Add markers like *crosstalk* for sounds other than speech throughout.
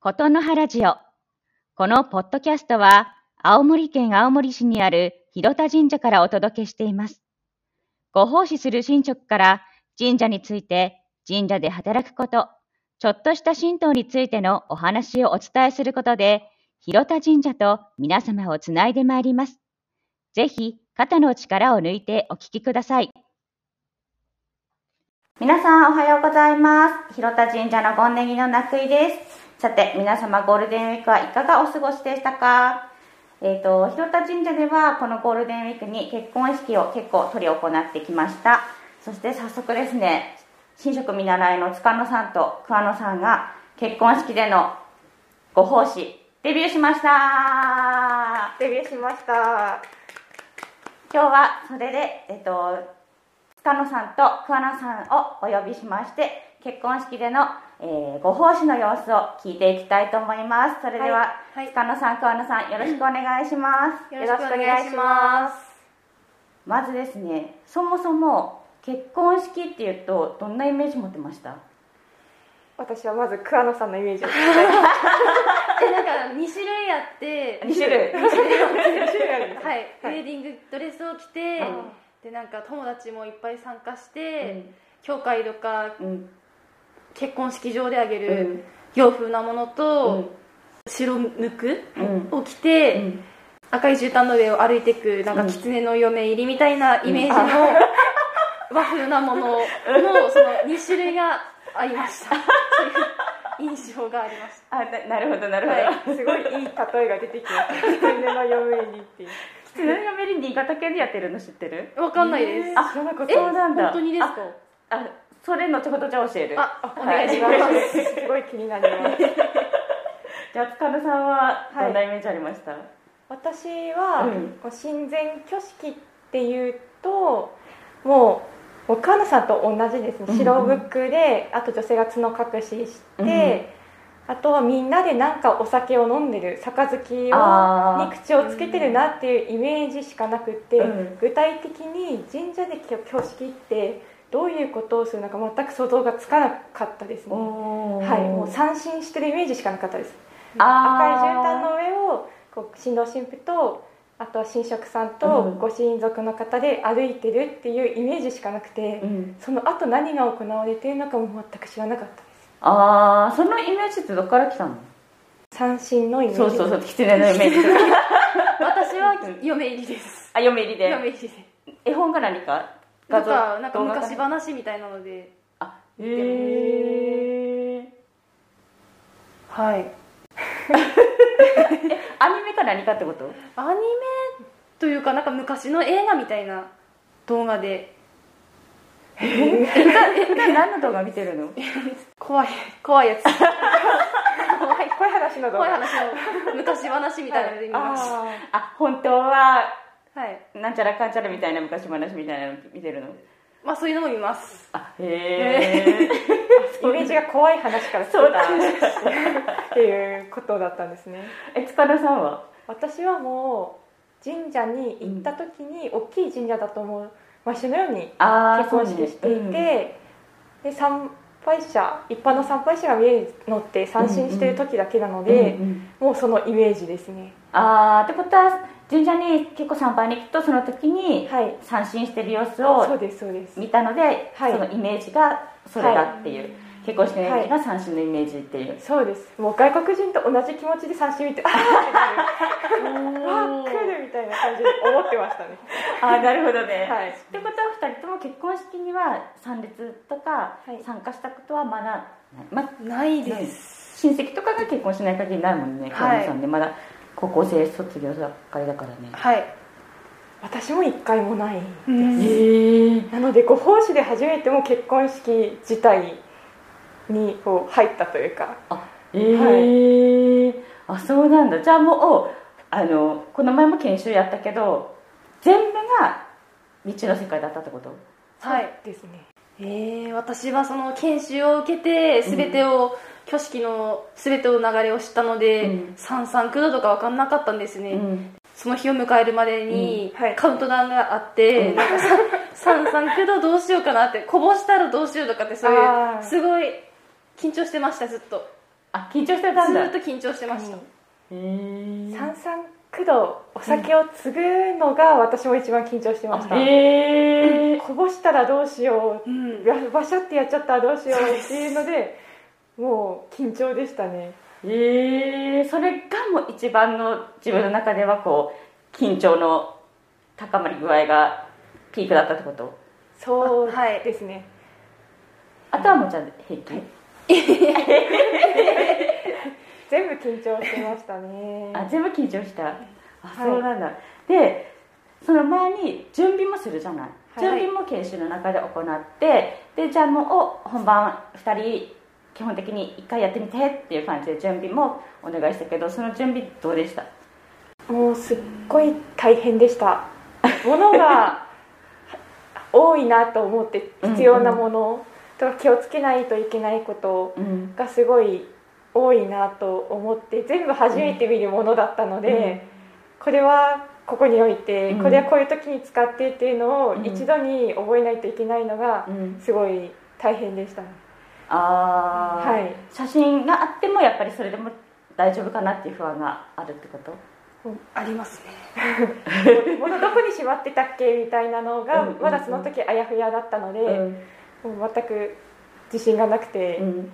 ことのはラジオ。このポッドキャストは、青森県青森市にある広田神社からお届けしています。ご奉仕する神職から、神社について、神社で働くこと、ちょっとした神道についてのお話をお伝えすることで、広田神社と皆様をつないでまいります。ぜひ、肩の力を抜いてお聞きください。皆さんおはようございます。広田神社のゴンネギのなくいです。さて、皆様ゴールデンウィークはいかがお過ごしでしたかえっ、と、広田神社ではこのゴールデンウィークに結婚式を結構取り行ってきました。そして早速ですね、神職見習いの塚野さんと桑野さんが結婚式でのご奉仕、デビューしましたデビューしました。今日はそれで、えっと、塚野さんと桑名さんをお呼びしまして結婚式での、えーご奉仕の様子を聞いていきたいと思いますそれでは、はいはい塚野さん桑名さんよろしくお願いしますよろしくお願いします。まずですねそもそも結婚式っていうとどんなイメージ持ってました私はまず桑野さんのイメージを聞きたい。でなんか2種類あって2種類二種類あってははい、ウェディングドレスを着て、うんでなんか友達もいっぱい参加して、教会とか *laughs* うん結婚式場であげうるん洋風なものうと、ん白抜くうんを着て、うん赤い絨毯の上を歩いていくなんかうん狐の嫁入りみたいなイメージの、 *laughs* 和風なもののその2種類がありましたそういう印象がありましあななるほどなるた、ほど、はいすごいいい例えが出てきました。狐の嫁入りっていう。狐の嫁入り新潟県でやってるの知ってるわかんないです。あ知らなかったえそうなんだ本当にですか？あそれ後ほどじゃあ教えるあ、おは願い *laughs* します。すごい気になります。じゃあ塚田さんはどんなイメージありました、私は、うんこう親善挙式っていうと、もうもう桑野さんと同じですうんね。白ブックで、あと女性が角隠しして、あとはみんなでなんかお酒を飲んでる杯を。にあ口をつけてるなっていうイメージしかなくって、うん具体的に神社で挙式ってどういうことをするのか全く想像がつかなかったですーねはおーいもう三振してるイメージしかなかったです赤いあ絨毯の上をこう新郎新婦とあとは神職さんうとんご親族の方で歩いてるっていうイメージしかなくて、うん、その後何が行われているのかも全く知らなかったですあーそのイメージってどっから来たの三振のイメージそうそうそう狐のイメージ私は *laughs* 嫁入りです。あ嫁入り嫁で入りです。絵本か何かと画像かなんか動画昔話みたいなので、あへえはい。アニメか何かってことアニメというかなんか昔の映画みたいな動画で普段何の動画見てるの怖い怖いやつ怖いこういう話の動 *laughs* 怖い画話の昔話みたいなので見ました。ああ本当ははい。なんちゃらかんちゃらみたいな昔話みたいなの見てるのまあそういうのも見ます。あへ *laughs* えーイメージが怖い話からつけたそうだっていうことだったんですねえ塚田さんは私はもう神社に行った時に大きい神社だと思う毎週のようにあ結婚式していて、で参拝者一般の参拝者が見えるのって三振してる時だけなので、うんうんもうそのイメージですねああってことは神社に結構参拝に行くとその時にはい三振してる様子そうをですそうです見たので、はいそのイメージがそれだっていう、結婚してない時が三振のイメージっていう、そうですもう外国人と同じ気持ちで三振見てあーってなるわわー来るみたいな感じで思ってましたねああなるほどね、はいってことは2人とも結婚式には参列とかはい参加したことはまだない、まあ、ないないです。親戚とかが結婚しない限りないもんね小はいさんねまだ高校生卒業ばっかりだからねはい。私も一回もないうんへえなのでご奉仕で初めてもう結婚式自体にこう入ったというかえーあそうなんだじゃあもうあのこの前も研修やったけど全部が道の世界だったってことはい。そうですねえー、私はその研修を受けて全てを、挙式の全ての流れを知ったのうで、ん三三九度とか分かんなかったんですね、んその日を迎えるまでに、うんはいカウントダウンがあっうて、んなんか三三九度どうしようかなってこぼしたらどうしようとかってそういあーうすごい緊張してましたずっとあ緊張してたんずだーっと緊張してました、へー三三九度お酒を継ぐのが私も一番緊張してました、へーこぼしたらどうしよう、うんババシャってやっちゃったらどうしよそううでっすていうの *laughs* でもう緊張でしたねえー、それがもう一番の自分の中ではこう緊張の高まり具合がピークだったってことそうはいですね、あとはもうじゃあ平気、全部緊張してましたねあ全部緊張したあはいそうなんだ、でその前に準備もするじゃない、はい準備も研修の中で行ってでじゃあもうお本番2人基本的に1回やってみてっていう感じで準備もお願いしたけどその準備どうでしたもうすっごい大変でしたもの *laughs* が多いなと思って必要なものとか気をつけないといけないことうんがすごい多いなと思って全部初めて見るものだったので、これはここに置いて、うんこれはこういう時に使ってっていうのをうん一度に覚えないといけないのがうん、すごい大変 *laughs* でしたね、ああ、はい写真があってもやっぱりそれでも大丈夫かなっていう不安があるってことありますね物どこにしまってたっけみたいなのがうんまだその時あやふやだったので、うんもう全く自信がなくて、うん、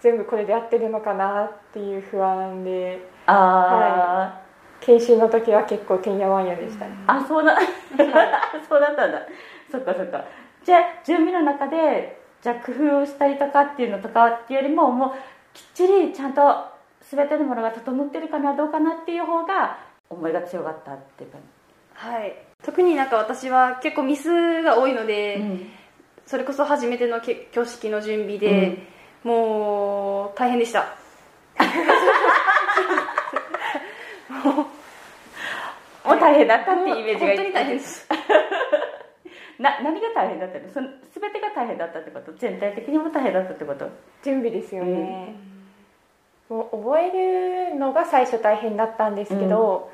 全部これで合ってるのかなっていう不安であー、研修の時は結構てんやわんやでしたね、あそうだ *laughs* そうだったんだそっかそっかじゃあ準備の中でじゃあ工夫をしたりとかっていうのとかっていうよりももうきっちりちゃんと全てのものが整ってるかなどうかなっていう方が思いが強かったっていう感はい特になんか私は結構ミスが多いのじ、で、それこそ初めてのけ挙式の準備で、もう大変でしたもう大変だったっていうイメージがもう本当に大変ですな何が大変だったのその全てが大変だったってこと全体的にも大変だったってこと準備ですよね、もう覚えるのが最初大変だったんですけど、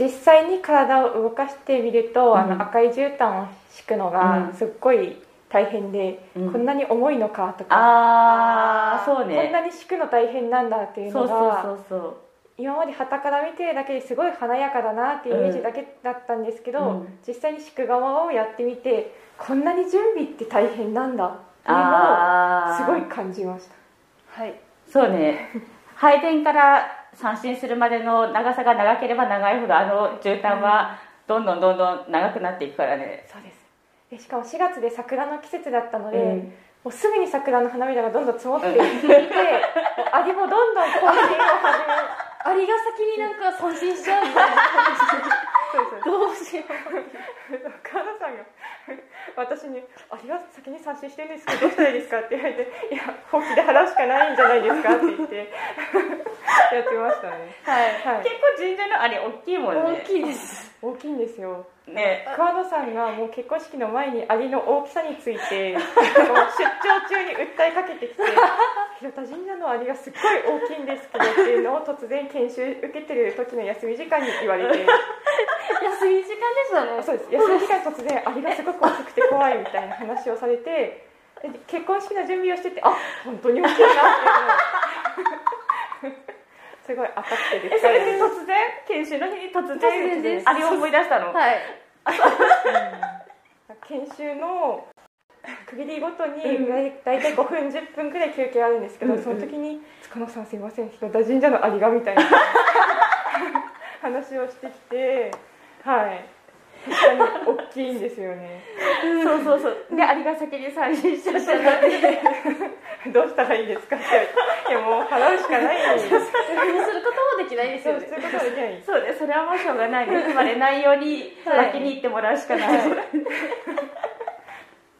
実際に体を動かしてみると、うんあの赤い絨毯を敷くのうがんすっごい大変で、うんこんなに重いのかとか、あああーそうこんねなに敷くの大変なんだっていうそのうがそうそうそう今まで傍から見てるだけですごい華やかだなっていうイメージだけだったんですけど、うん実際に敷く側をやってみてこんなに準備って大変なんだっていうのをあすあごい感じましたはいそうね配電から三振するまでの長さが長ければ長いほどあの絨毯はどんどんどんどん長くなっていくからね、そうですでしかも4月で桜の季節だったので、うんもうすぐに桜の花びらがどんどん積もっていって、もうアリもどんどん更新を始めアリが先になんか三振しちゃうみたいな感じでそうそうどうしよ川田さんが私に「あれは先に三振してるんですけどどうしたらいいですか?」って言われて「いや本気で払うしかないんじゃないですか?」って言ってやってましたねうはいはい結構神社のあれ大きいもんね大きいです大きいんですよね桑野さんがもう結婚式の前にアリの大きさに *laughs* ついてもう出張中に訴えかけてきて「広田神社のアリがすっごい大きいんですけど」っていうのを突然研修受けてる時の休み時間に言われ *laughs* て。休み時間あでしたそうねです休み時間に突然アリがすごく大きくて怖いみたいな話をされてで結婚式の準備をしててあ本当に大きいなっていうのをすごい赤くてでえっそかいれで突然研修の日に突然突然ですあれを思い出したの、はい研修の区切りごとに大体5分10分くらい休憩あるんですけど、うんうんその時に「塚野さんすいません人田神社のアリが」み *laughs* たいな話をしてきてはい確かに大きいんですよねそうそうそうであれが先に三振しちゃったので *laughs* どうしたらいいですかって言われていやもう払うしかないです何することもできないですそうよすねることはできないそうねそれはもうしょうがないね生まれないようにはい脇に行ってもらうしかない、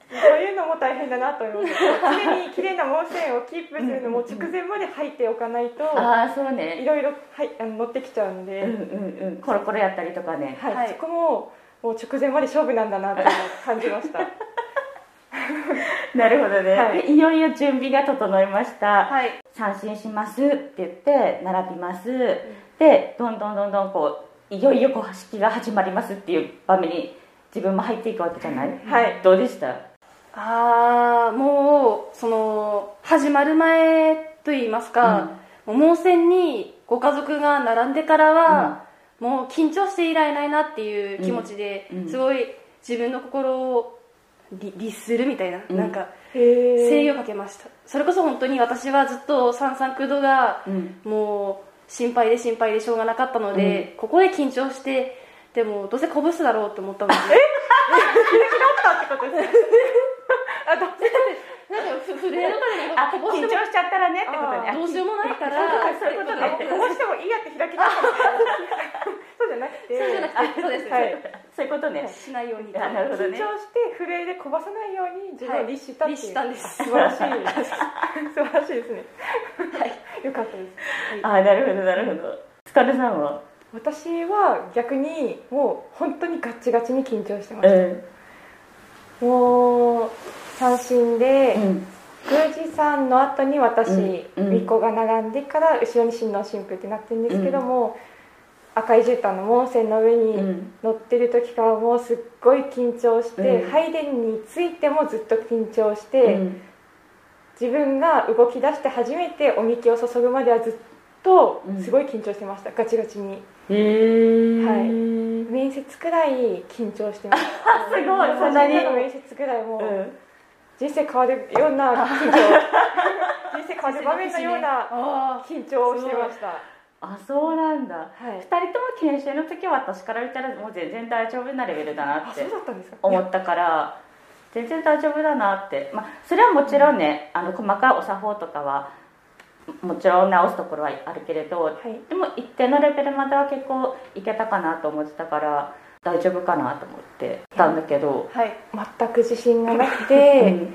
そういうのも大変だなと思います常に綺麗な毛線をキープするのも直前まで履いておかないとああそういねろいろはいあの乗ってきちゃうので、うんうんうんコロコロやったりとかねはいはいそこももう直前まで勝負なんだなというのを感じ *laughs* ましたなるほどね、はいでいよいよ準備が整いました、はい三振しますって言って並びます、でどんどんどんどんこういよいよこう式が始まりますっていう場面に自分も入っていくわけじゃない、はいどうでしたああもうその始まる前といいますか、桃線にご家族が並んでからは、もう緊張していられないなっていう気持ちで、うんうんすごい自分の心をり律するみたいな、うんなんかへ制え御かけましたそれこそ本当に私はずっと三三九度がうんもう心配で心配でしょうがなかったので、ここで緊張してでもどうせこぶすだろうと思ったのでったってことですねあどうせなんかふ震えるからなんあかこぼ緊して張もしちゃったらねってことねどうしようもないかあらそういうことねなんかこぼしてもいいやって開きたかったそうじゃなくてそうじゃなくてそうです、はいそういうことねしないようにあなるほど緊張ねして震えでこぼさないように自分を律したっていう、律したんです素晴らしい素晴らしいですねよかったですあなるほどなるほど塚田さんは私は逆にもう本当にガチガチに緊張してまうしんたもう三振でうん宮司さんの後に私うん巫女が並んでから後ろに新郎新婦ってなってるんですけども、赤い絨毯の門線の上うにん乗ってる時からもうすっごい緊張して、うん拝殿に着いてもずっと緊張しうて、ん自分が動き出して初めておみきを注ぐまではずっとうんすごい緊張してました、ガチガチにへえはいうん面接くらい緊張してましたすごい *laughs* そんなに最初の面接くらいもう、人生変わるよう *laughs* な緊張人生変わる場面のようなあ緊張をしてましたあそうなんだは2い人とも研修の時は私から見たらもう全然大丈夫なレベルだなあってそうだったんですか思ったから全然大丈夫だなって、まあ、それはもちろんね、あの細かいお作法とかはももちろん直すところはあるけれど、はいでも一定のレベルまでは結構いけたかなと思ってたから大丈夫かなと思ってたんだけど、ーはい全く自信がなくうてん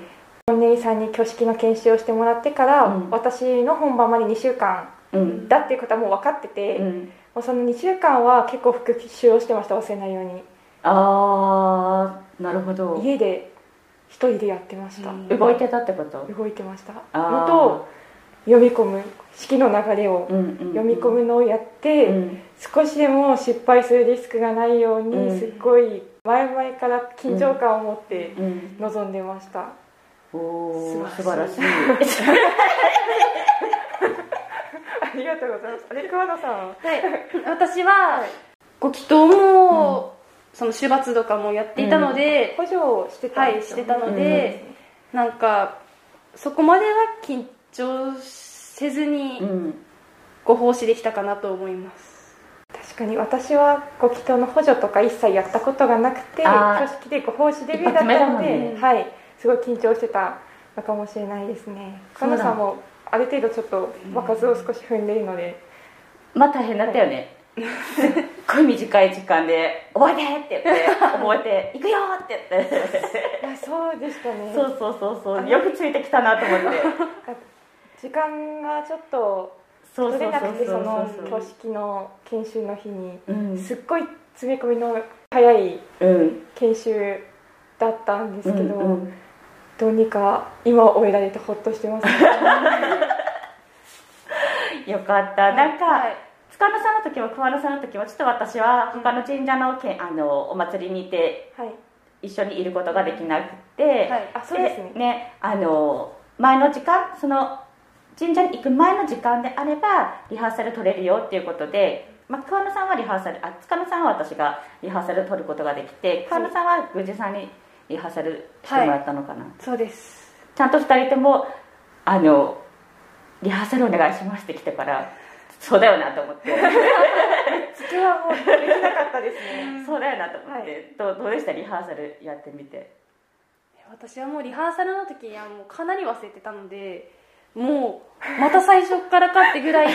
本音さんに挙式の研修をしてもらってから、うん私の本番まで2週間うんだっていうことはもう分かってて、うん、もうその2週間は結構復習をしてました忘れないようにああなるほど家で一人でやってました、うん動いてたってこと動いてましたあーのと読み込む式の流れをうんうん読み込むのをやって、うん少しでも失敗するリスクがないように、うんすっごい前々から緊張感を持ってうん、臨んでま *laughs* した、おお素素晴晴ららししいありがとうございますあれ桑野さんははい、私はご祈祷も、その手罰とかもやっていたので、補助をしてたんはでいすしてよねたので、なんかそこまでは緊張せずう *laughs* にんご奉仕できたかなと思います、確かに私はご祈祷の補助とか一切やったことがなくてあー挙式でご奉仕デビューだったので、一発目だもんねはい、すごい緊張してたのかもしれないですねそカうだナさんもある程度ちょっと場数を少し踏んでいるので、まあ大変だったよねすっごい短い時間で「覚えて!」って言って「覚えて行くよ!」って言ってあそうでしたねそうそうそうそうよくついてきたなと思って時間がちょっとそうそ取うそれうなくてそそうのそう挙式の研修の日にうんすっごい詰め込みの早いうん研修だったんですけど、うんうんどうにか今終えられてほっとしてます *laughs* よかったなんか、はい塚野さんの時も桑野さんの時もちょっと私は他の神社のけ、あのお祭りにいてはい一緒にいることができなくて、はいあそうですねあの前の時間その神社に行く前の時間であればリハーサル取れるよっていうことで、まあ、桑野さんはリハーサルあ塚野さんは私がリハーサル取ることができて桑野さんは宮司さんにリハーサルしてもらったのかな、そうですちゃんと2人ともあのリハーサルお願いしますって来てからそうだよなと思って。それはもうできなかったですねそうだよなと思っはて、どうどうでしたリハーサルやってみて *laughs* 私はもうリハーサルの時にはもうかなり忘れてたのでもうまた最初からかってぐらい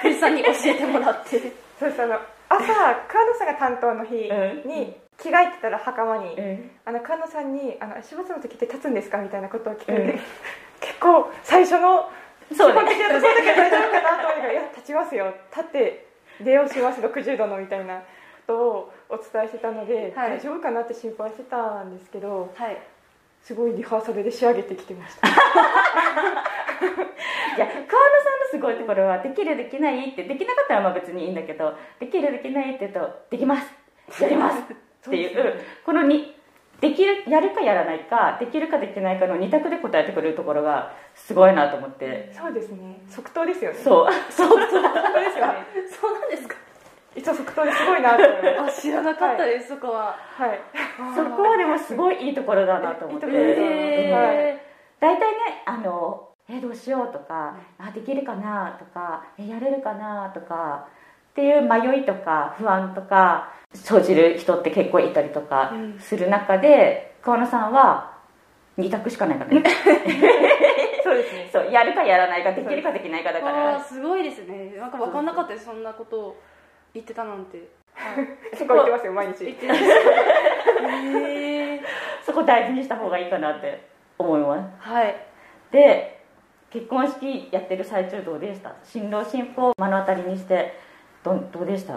藤井さんに教えてもらってそうですあの朝川野さんが担当の日うんに着替えてたら袴に、んあの川野さんに「あの足元の時って立つんですか?」みたいなことを聞くんで、 *laughs* 結構最初のそう基本的ねなところだけ大丈夫かなと思うけど「いや立ちますよ立って礼をします60度の」みたいなことをお伝えしてたので、はい大丈夫かなって心配してたんですけどはいすごいリハーサルで仕上げてきてましたいや川野さんのすごいところはできるできないってできなかったらまあ別にいいんだけどできるできないって言うとできますやりますっていうそうですねこのにできるやるかやらないかできるかできないかの2択で答えてくれるところがすごいなと思って、そうですね即答ですよねそう *laughs* そうそう即答ですよねそうなんですか一応即答ですごいなと思いまあ知らなかったです、そこはすはいそこはでもすごいいいところだなと思っていいところだなえはいえ大体ねあのえどうしようとかあできるかなとかえやれるかなとかっていう迷いとか不安とか生じる人って結構いたりとかうんする中で河野さんは2択しかないからね *laughs* そうですね *laughs* そうやるかやらないかできるかできないかだかわあらすごいですねなんか分かんなかったですそんなことを言ってたなんて結構言ってますよ毎日言ってないええそこ大事にした方がいいかなって思います *laughs* はいで結婚式やってる最中どうでした新郎新婦を目の当たりにしてどんどうでした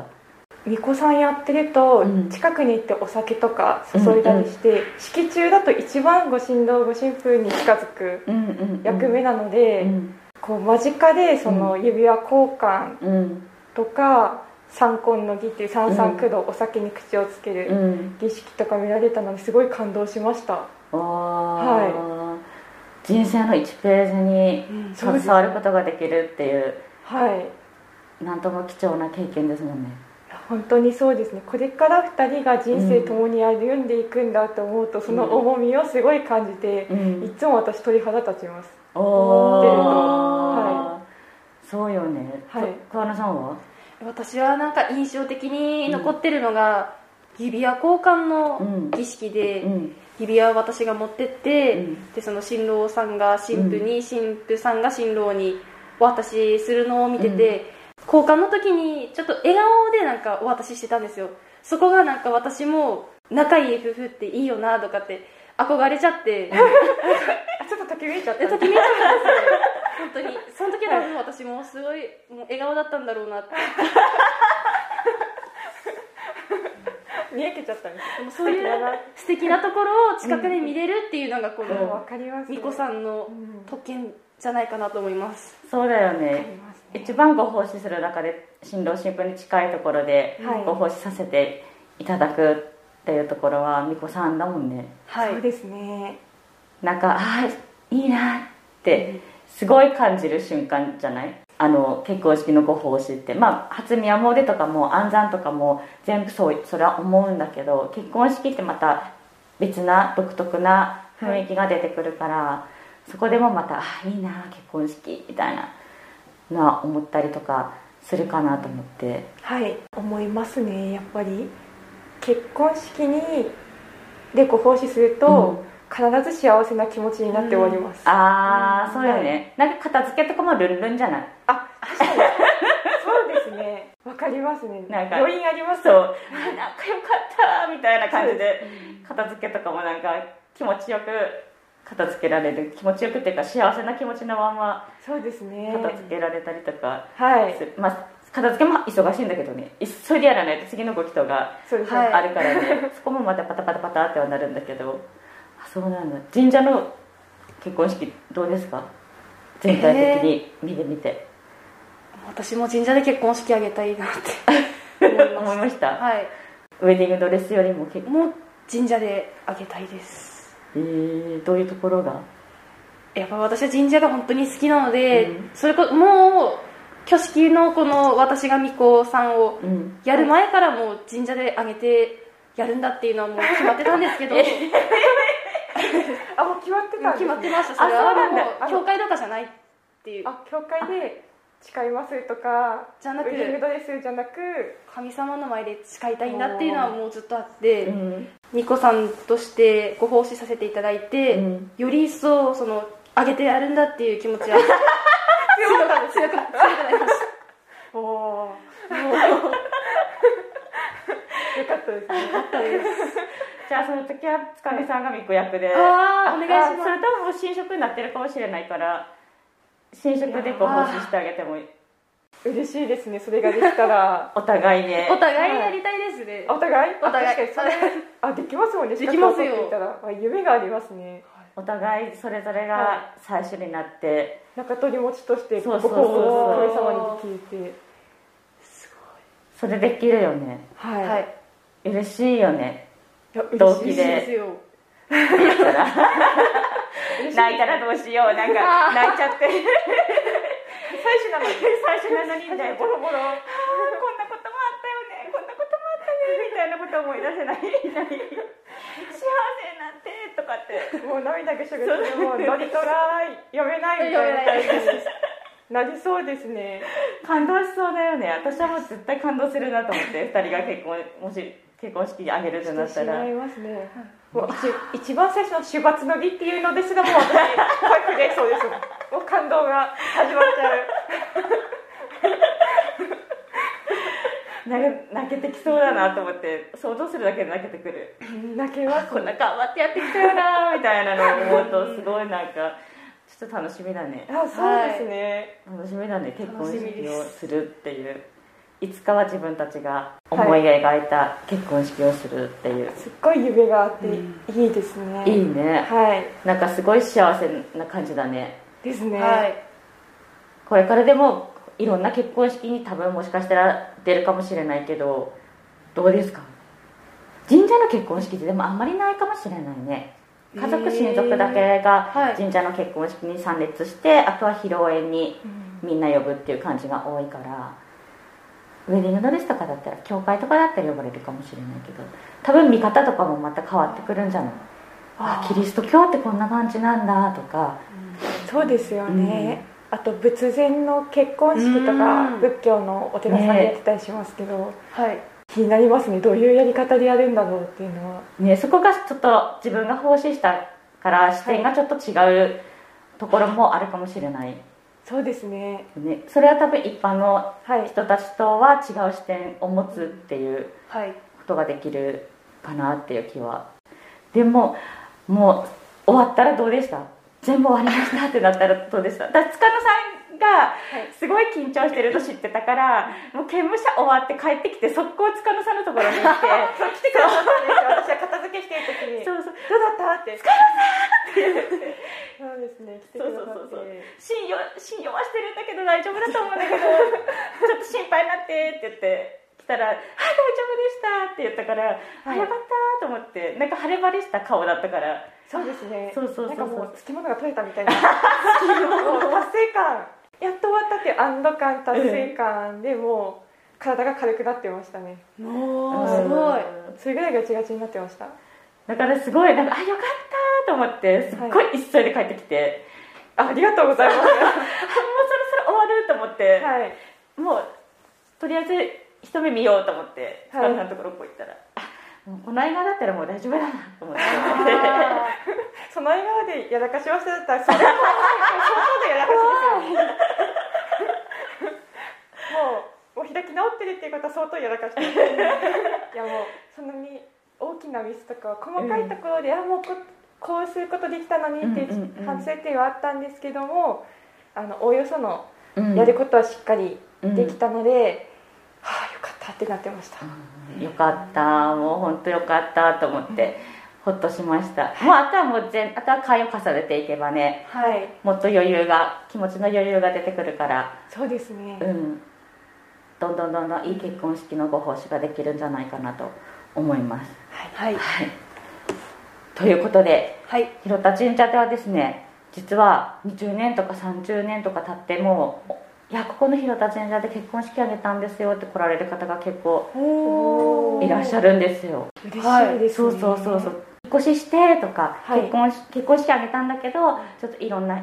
巫女さんやってるとうん近くに行ってお酒とか注いだりして、式中だと一番ご新郎ご新婦に近づくうんうん、役目なので、うんこう間近でその指輪交換うんとか三婚の儀っていう三三九度お酒に口をつけうるん儀式とか見られたのですごい感動しました、あー人生の1ページにそうです携わることができるっていうはいなんとも貴重な経験ですもんね本当にそうですねこれから2人が人生共に歩んでいくんだと思うと、その重みをすごい感じて、うんいつも私鳥肌立ちますお出るとおそうよね、はいと桑野さんは私はなんか印象的に残ってるのが、指輪交換の儀式で、うん指輪を私が持ってって、うんでその新郎さんが新婦に、新婦さんが新郎にお渡しするのを見てて、交換の時にちょっと笑顔でなんかお渡ししてたんですよそこがなんか私も仲いい夫婦っていいよなとかって憧れちゃってあちょっとときめいちゃっでたときめいちゃうんですよ本当にその時は多分私もすごいもう笑顔だったんだろうなって見えけちゃったんですでもそういう素敵なところを近くで見れるっていうのがこよのわかります巫女さんのうん特権じゃないかなと思いますそうだよわかりねますね一番ご奉仕する中で新郎新婦に近いところではいご奉仕させていただくっていうところは巫女さんだもんねはいそうですねなんかあーいいなってすごい感じる瞬間じゃないあの結婚式のご奉仕ってまあ初宮詣とかも安産とかも全部そうそれは思うんだけど結婚式ってまた別な独特な雰囲気が出てくるから、そこでもまたあーいいな結婚式みたいなのは思ったりとかするかなと思ってはい思いますねやっぱり結婚式にでご奉仕すると、必ず幸せな気持ちになっております、あああ、うんそうよねなんか片付けとかもルンルンじゃない確かにそうですねわかりますねなんか余韻ありますそうあーなんかよかったみたいな感じで片付けとかもなんか気持ちよく片付けられる気持ちよくっていうか幸せな気持ちのままそうですね片付けられたりとかはいする、まあ片付けも忙しいんだけどね急いでやらないと次のご祈祷がそうですね、はいあるからね、 *laughs* そこもまたパタパタパタってはなるんだけどあそうなんだ神社の結婚式どうですか全体的に見てみて、私も神社で結婚式あげたいなって *laughs* 思いま思いしましたたはいウェディングドレスよりも結構、もう神社であげたいですえーどういうところがやっぱ私は神社が本当に好きなので、うんそれこもう挙式のこの私が巫女さんをうんやる前からもう神社であげてやるんだっていうのはもう決まってたんです *laughs* けどあもう決まってたんです決ねまってましたそれはあそうなんだもう教会とかじゃないっていうあ教会で誓いますとかじゃなくウェディングドレスじゃなく神様の前で誓いたいんだっていうのはもうずっとあって、うんニコさんとしてご奉仕させていただいて、うんより一層その上げてやるんだっていう気持ちは強かったです強く強くなりましお *laughs* おたもう *laughs* よかったですねあったですじゃあその時はつかみさんが巫女役で *laughs* あーお願いしますあそれとももう新職になってるかもしれないから新職でご奉仕してあげても嬉しいですねそれができたらお互いねお互いやりたいですね、あお互いお互いあ確かにそれあできますもんねできますよ資格を取っていたらあ夢がありますねお互いそれぞれが最初になって、中取り持ちとしてそごうそう奉そ仕うを神様に聞いてすそれできるよねはごいいはいい嬉しいよねや同嬉期しい嬉しいですよ泣いたら泣いたらどうしようなんか泣いちゃって最初なのに最初なのにみたいなボロボロこんなこともあったよねこんなこともあったねみたいなこと思い出せない *laughs* 幸せになってとかってもう涙ぐしゃぐしゃでもう乗りトライ読めないみたいな感じになりそうですね感動しそうだよね私はもう絶対感動するなと思って2人が結婚もし結婚式あげるとなったらいますねもう一一番最初の「主罰の儀」っていうのですがもう私書き出そうですもんもう感動が始まっちゃう泣け泣けてきそうだなと思って想像するだけで泣けてくる泣けますこんな頑張ってやってきたよなみたいなのを思うとすごいなんかちょっと楽しみだねあそうですね、楽しみだね結婚楽しみ式でをすするっていういつかは自分たちが思い描いた結婚式をするっていう、すっごい夢があってうんいいですね、い、いねはいなんかすごい幸せな感じだねですね、はいこれからでもいろんな結婚式に多分もしかしたら出るかもしれないけどどうですか神社の結婚式ってでもあんまりないかもしれないね家族親族だけはがい神社の結婚式に参列して、あとは披露宴にうんみんな呼ぶっていう感じが多いからウェディングドレスとかだったら教会とかだったら呼ばれるかもしれないけど多分見方とかもまた変わってくるんじゃないああキリスト教ってこんな感じなんだとかそうですよね、あと仏前の結婚式とうかん仏教のお寺さんでやってたりしますけど、はい気になりますねどういうやり方でやるんだろうっていうのはね、そこがちょっと自分が奉仕したから視点がちょっと違うところもあるかもしれない、そうですねね、それは多分一般のはい人たちとは違う視点を持つっていうはいことができるかなっていう気はでももう終わったらどうでした全部終わりましたってなったらどうでしただから塚野さんがすごい緊張してると知ってたから、もう刑務所終わって帰ってきて速攻塚野さんのところに行って *laughs* *laughs* そう来てくださったんですよ私は片付けしてる時にそうそうどうだったって疲れたそうですね来てくださそうっそうそうて信用信用はしてるんだけど大丈夫だと思うんだけど *laughs* ちょっと心配になってって言って来たら「はい大丈夫でした」って言ったから、あよかったと思ってなんか晴れ晴れした顔だったからそうですねそうそうそうそうなんかもうつきものが取れたみたいな *laughs* もう達成感やっと終わったっていう安堵感達成感でもう体が軽くなってましたねおうんーすごいそれぐらいガチガチになってましただからすごいなんかあよかったと思ってすっごい急いで帰ってきて、あありがとうございますあもうそろそろ終わると思って、はいもうとりあえず一目見ようと思ってはい塚野さんのところこう行ったら、あもうこの間だったらもう大丈夫だなと思って *laughs* その笑顔でやらかしましただったらそれはもう相当でやらかしですよもうもう開き直ってるっていうことは相当やらかしてるいやもうそんなに大きなミスとかは細かいところで、あもうここうすることできたのにっていううんうんうん反省点はあったんですけども、あのおおよそのうんやることはしっかりうんできたので、はあよかったってなってましうた、んよかったもう本当よかったと思ってほっとしましたもうあとはもう全あとは回を重ねていけばねはいもっと余裕が気持ちの余裕が出てくるからそうですね、うんどんどんどんどんいい結婚式のご奉仕ができるんじゃないかなと思いますはいはいということではい広田神社ではですね実は20年とか30年とか経ってもいやここの広田神社で結婚式あげたんですよって来られる方が結構おいらっしゃるんですよ嬉しいですね、そうそうそうそう引っ越ししてとか、はい結婚し結婚式あげたんだけどちょっといろんな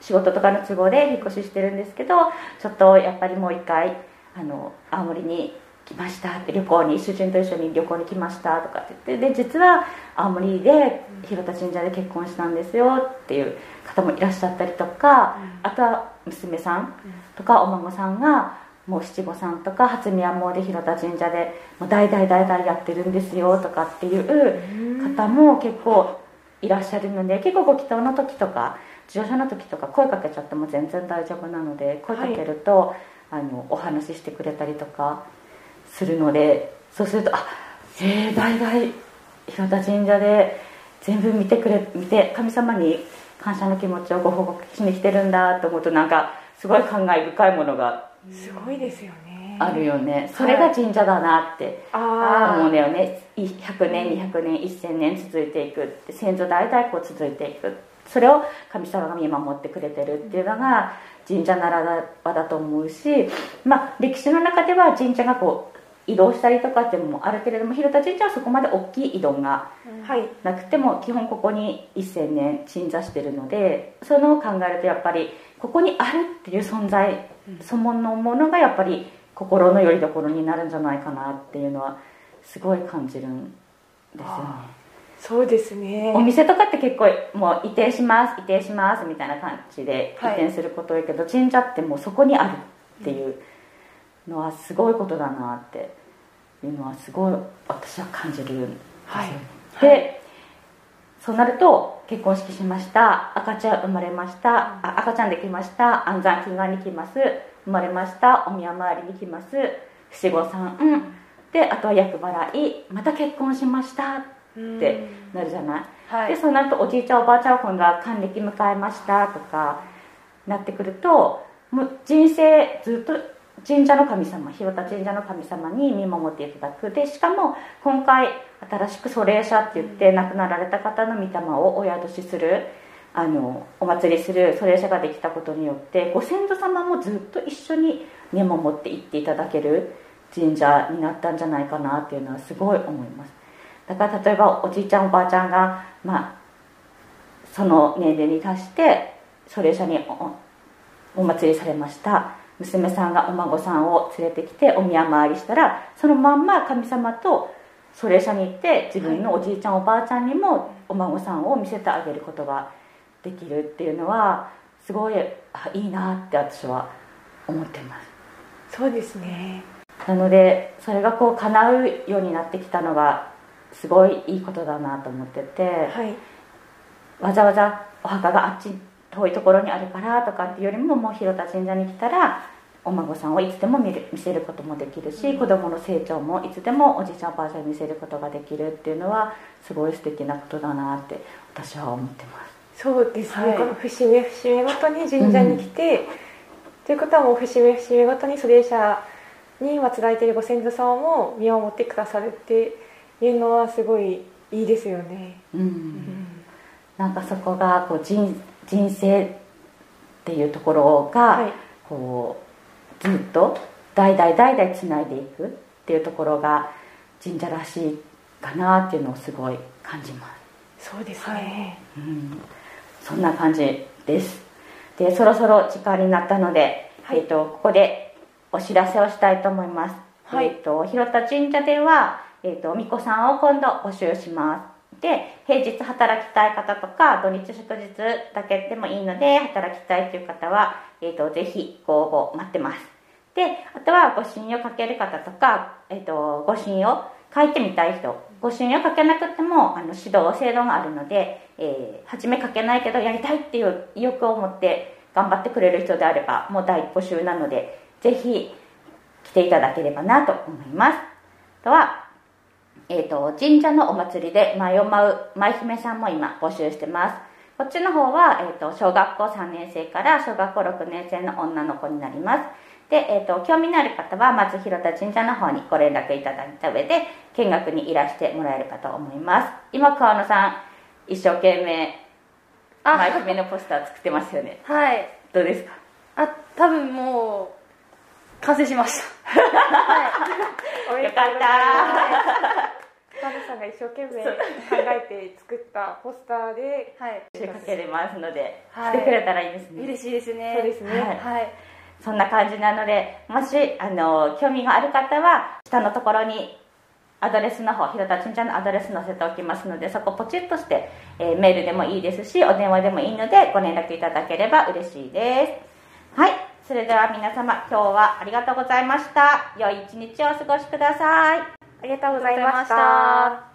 仕事とかの都合で引っ越ししてるんですけどちょっとやっぱりもう一回あの青森に来ましたって旅行に主人と一緒に旅行に来ましたとかって言ってで実は青森で広田神社で結婚したんですよっていう方もいらっしゃったりとか、あとは娘さんとかお孫さんがもう七五三とか初宮詣で広田神社でもう代々代々やってるんですよとかっていう方も結構いらっしゃるので結構ご祈祷の時とか自動車の時とか声かけちゃっても全然大丈夫なので声かけると、あのお話ししてくれたりとかするのでそうすると「あえー、代々広田神社で全部見てくれ見て神様に感謝の気持ちをご報告しに来てるんだ」と思うとなんかすごい感慨深いものがすごいですよねあるよねそれが神社だなってあ思うーんだよね100年200年1000年続いていくって先祖代々こう続いていくそれを神様が見守ってくれてるっていうのが神社ならばだと思うし、まあ、歴史の中では神社がこう移動したりとかっていうのもあるけれども広田神社はそこまで大きい移動がはいなくても基本ここに1000年鎮座してるのでそのを考えるとやっぱりここにあるっていう存在そのものものがやっぱり心の拠り所になるんじゃないかなっていうのはすごい感じるんですよねそうですねお店とかって結構もう移転します移転しますみたいな感じで移はい転すること多いけど、神社ってもうそこにあるっていうのはすごいことだなっていうのはすごい私は感じるんですよね、はいで、そうなると結婚式しました赤ちゃん生まれましたあ赤ちゃんできました安産祈願に来ます生まれましたお宮参りに来ます七五三であとは厄払いまた結婚しましたってなるじゃない、はでいそうなるとおじいちゃんおばあちゃんは今度は還暦迎えましたとかなってくるともう人生ずっと神社の神様広田神社の神様に見守っていただくでしかも今回新しく祖霊社って言って亡くなられた方の御霊をお宿しするあのお祭りする祖霊社ができたことによってご先祖様もずっと一緒に見守っていっていただける神社になったんじゃないかなっていうのはすごい思いますだから例えばおじいちゃんおばあちゃんが、まあ、その年齢に達してそれ者におお祭りされました娘さんがお孫さんを連れてきてお宮回りしたらそのまんま神様とそれ者に行って自分のおじいちゃんおばあちゃんにもお孫さんを見せてあげることができるっていうのはすごいあいいなって私は思ってますそうですねなのでそれがこう叶うようになってきたのがすごいいいことだなと思ってて、はいわざわざお墓があっち遠いところにあるからとかっていうよりももう広田神社に来たらお孫さんをいつでも見る見せることもできるし、子供の成長もいつでもおじいちゃんおばあちゃんに見せることができるっていうのはすごい素敵なことだなって私は思ってます。そうですね、はいこの節目節目ごとに神社に来て、ということはもう節目節目ごとに祖霊社に祀られているご先祖様も身を持ってくださるっていうのはすごいいいですよね、うんなんかそこがこう人人生っていうところが、はいこうずっと代々代々つないでいくっていうところが神社らしいかなっていうのをすごい感じます。そうですね、うんそんな感じですでそろそろ時間になったので、はいえー、とここでお知らせをしたいと思います、はいえー、と広田神社では、えー、と巫女さんを今度募集しますで平日働きたい方とか土日祝日だけでもいいので働きたいという方は、えー、とぜひご応募待ってますであとは御神をかける方とか、えっと御神を書いてみたい人御神をかけなくてもあの指導制度があるので、えー初め書けないけどやりたいっていう意欲を持って頑張ってくれる人であればもう第一歩集なのでぜひ来ていただければなと思いますあとはえー、と神社のお祭りで舞を舞う舞姫さんも今募集してますこっちの方は、えー、と小学校3年生から小学校6年生の女の子になりますで、えー、と興味のある方はまず広田神社の方にご連絡いただいた上で見学にいらしてもらえるかと思います今川野さん一生懸命あ舞姫のポスター作ってますよねはいどうですかあ多分もう完成しました *laughs* はいおめでよとうかっ *laughs* ございますた岡野さんが一生懸命考えて作ったポスターではいかけれますので、はい来てくれたらいいですね嬉しいですねそうですね、はいはいそんな感じなのでもしあの興味がある方は下のところにアドレスの方広田ちんちゃんのアドレス載せておきますのでそこポチッとして、えーメールでもいいですしお電話でもいいのでご連絡いただければ嬉しいですはいそれでは皆様今日はありがとうございました良い一日をお過ごしくださいありがとうごあざりがとうございいままししたた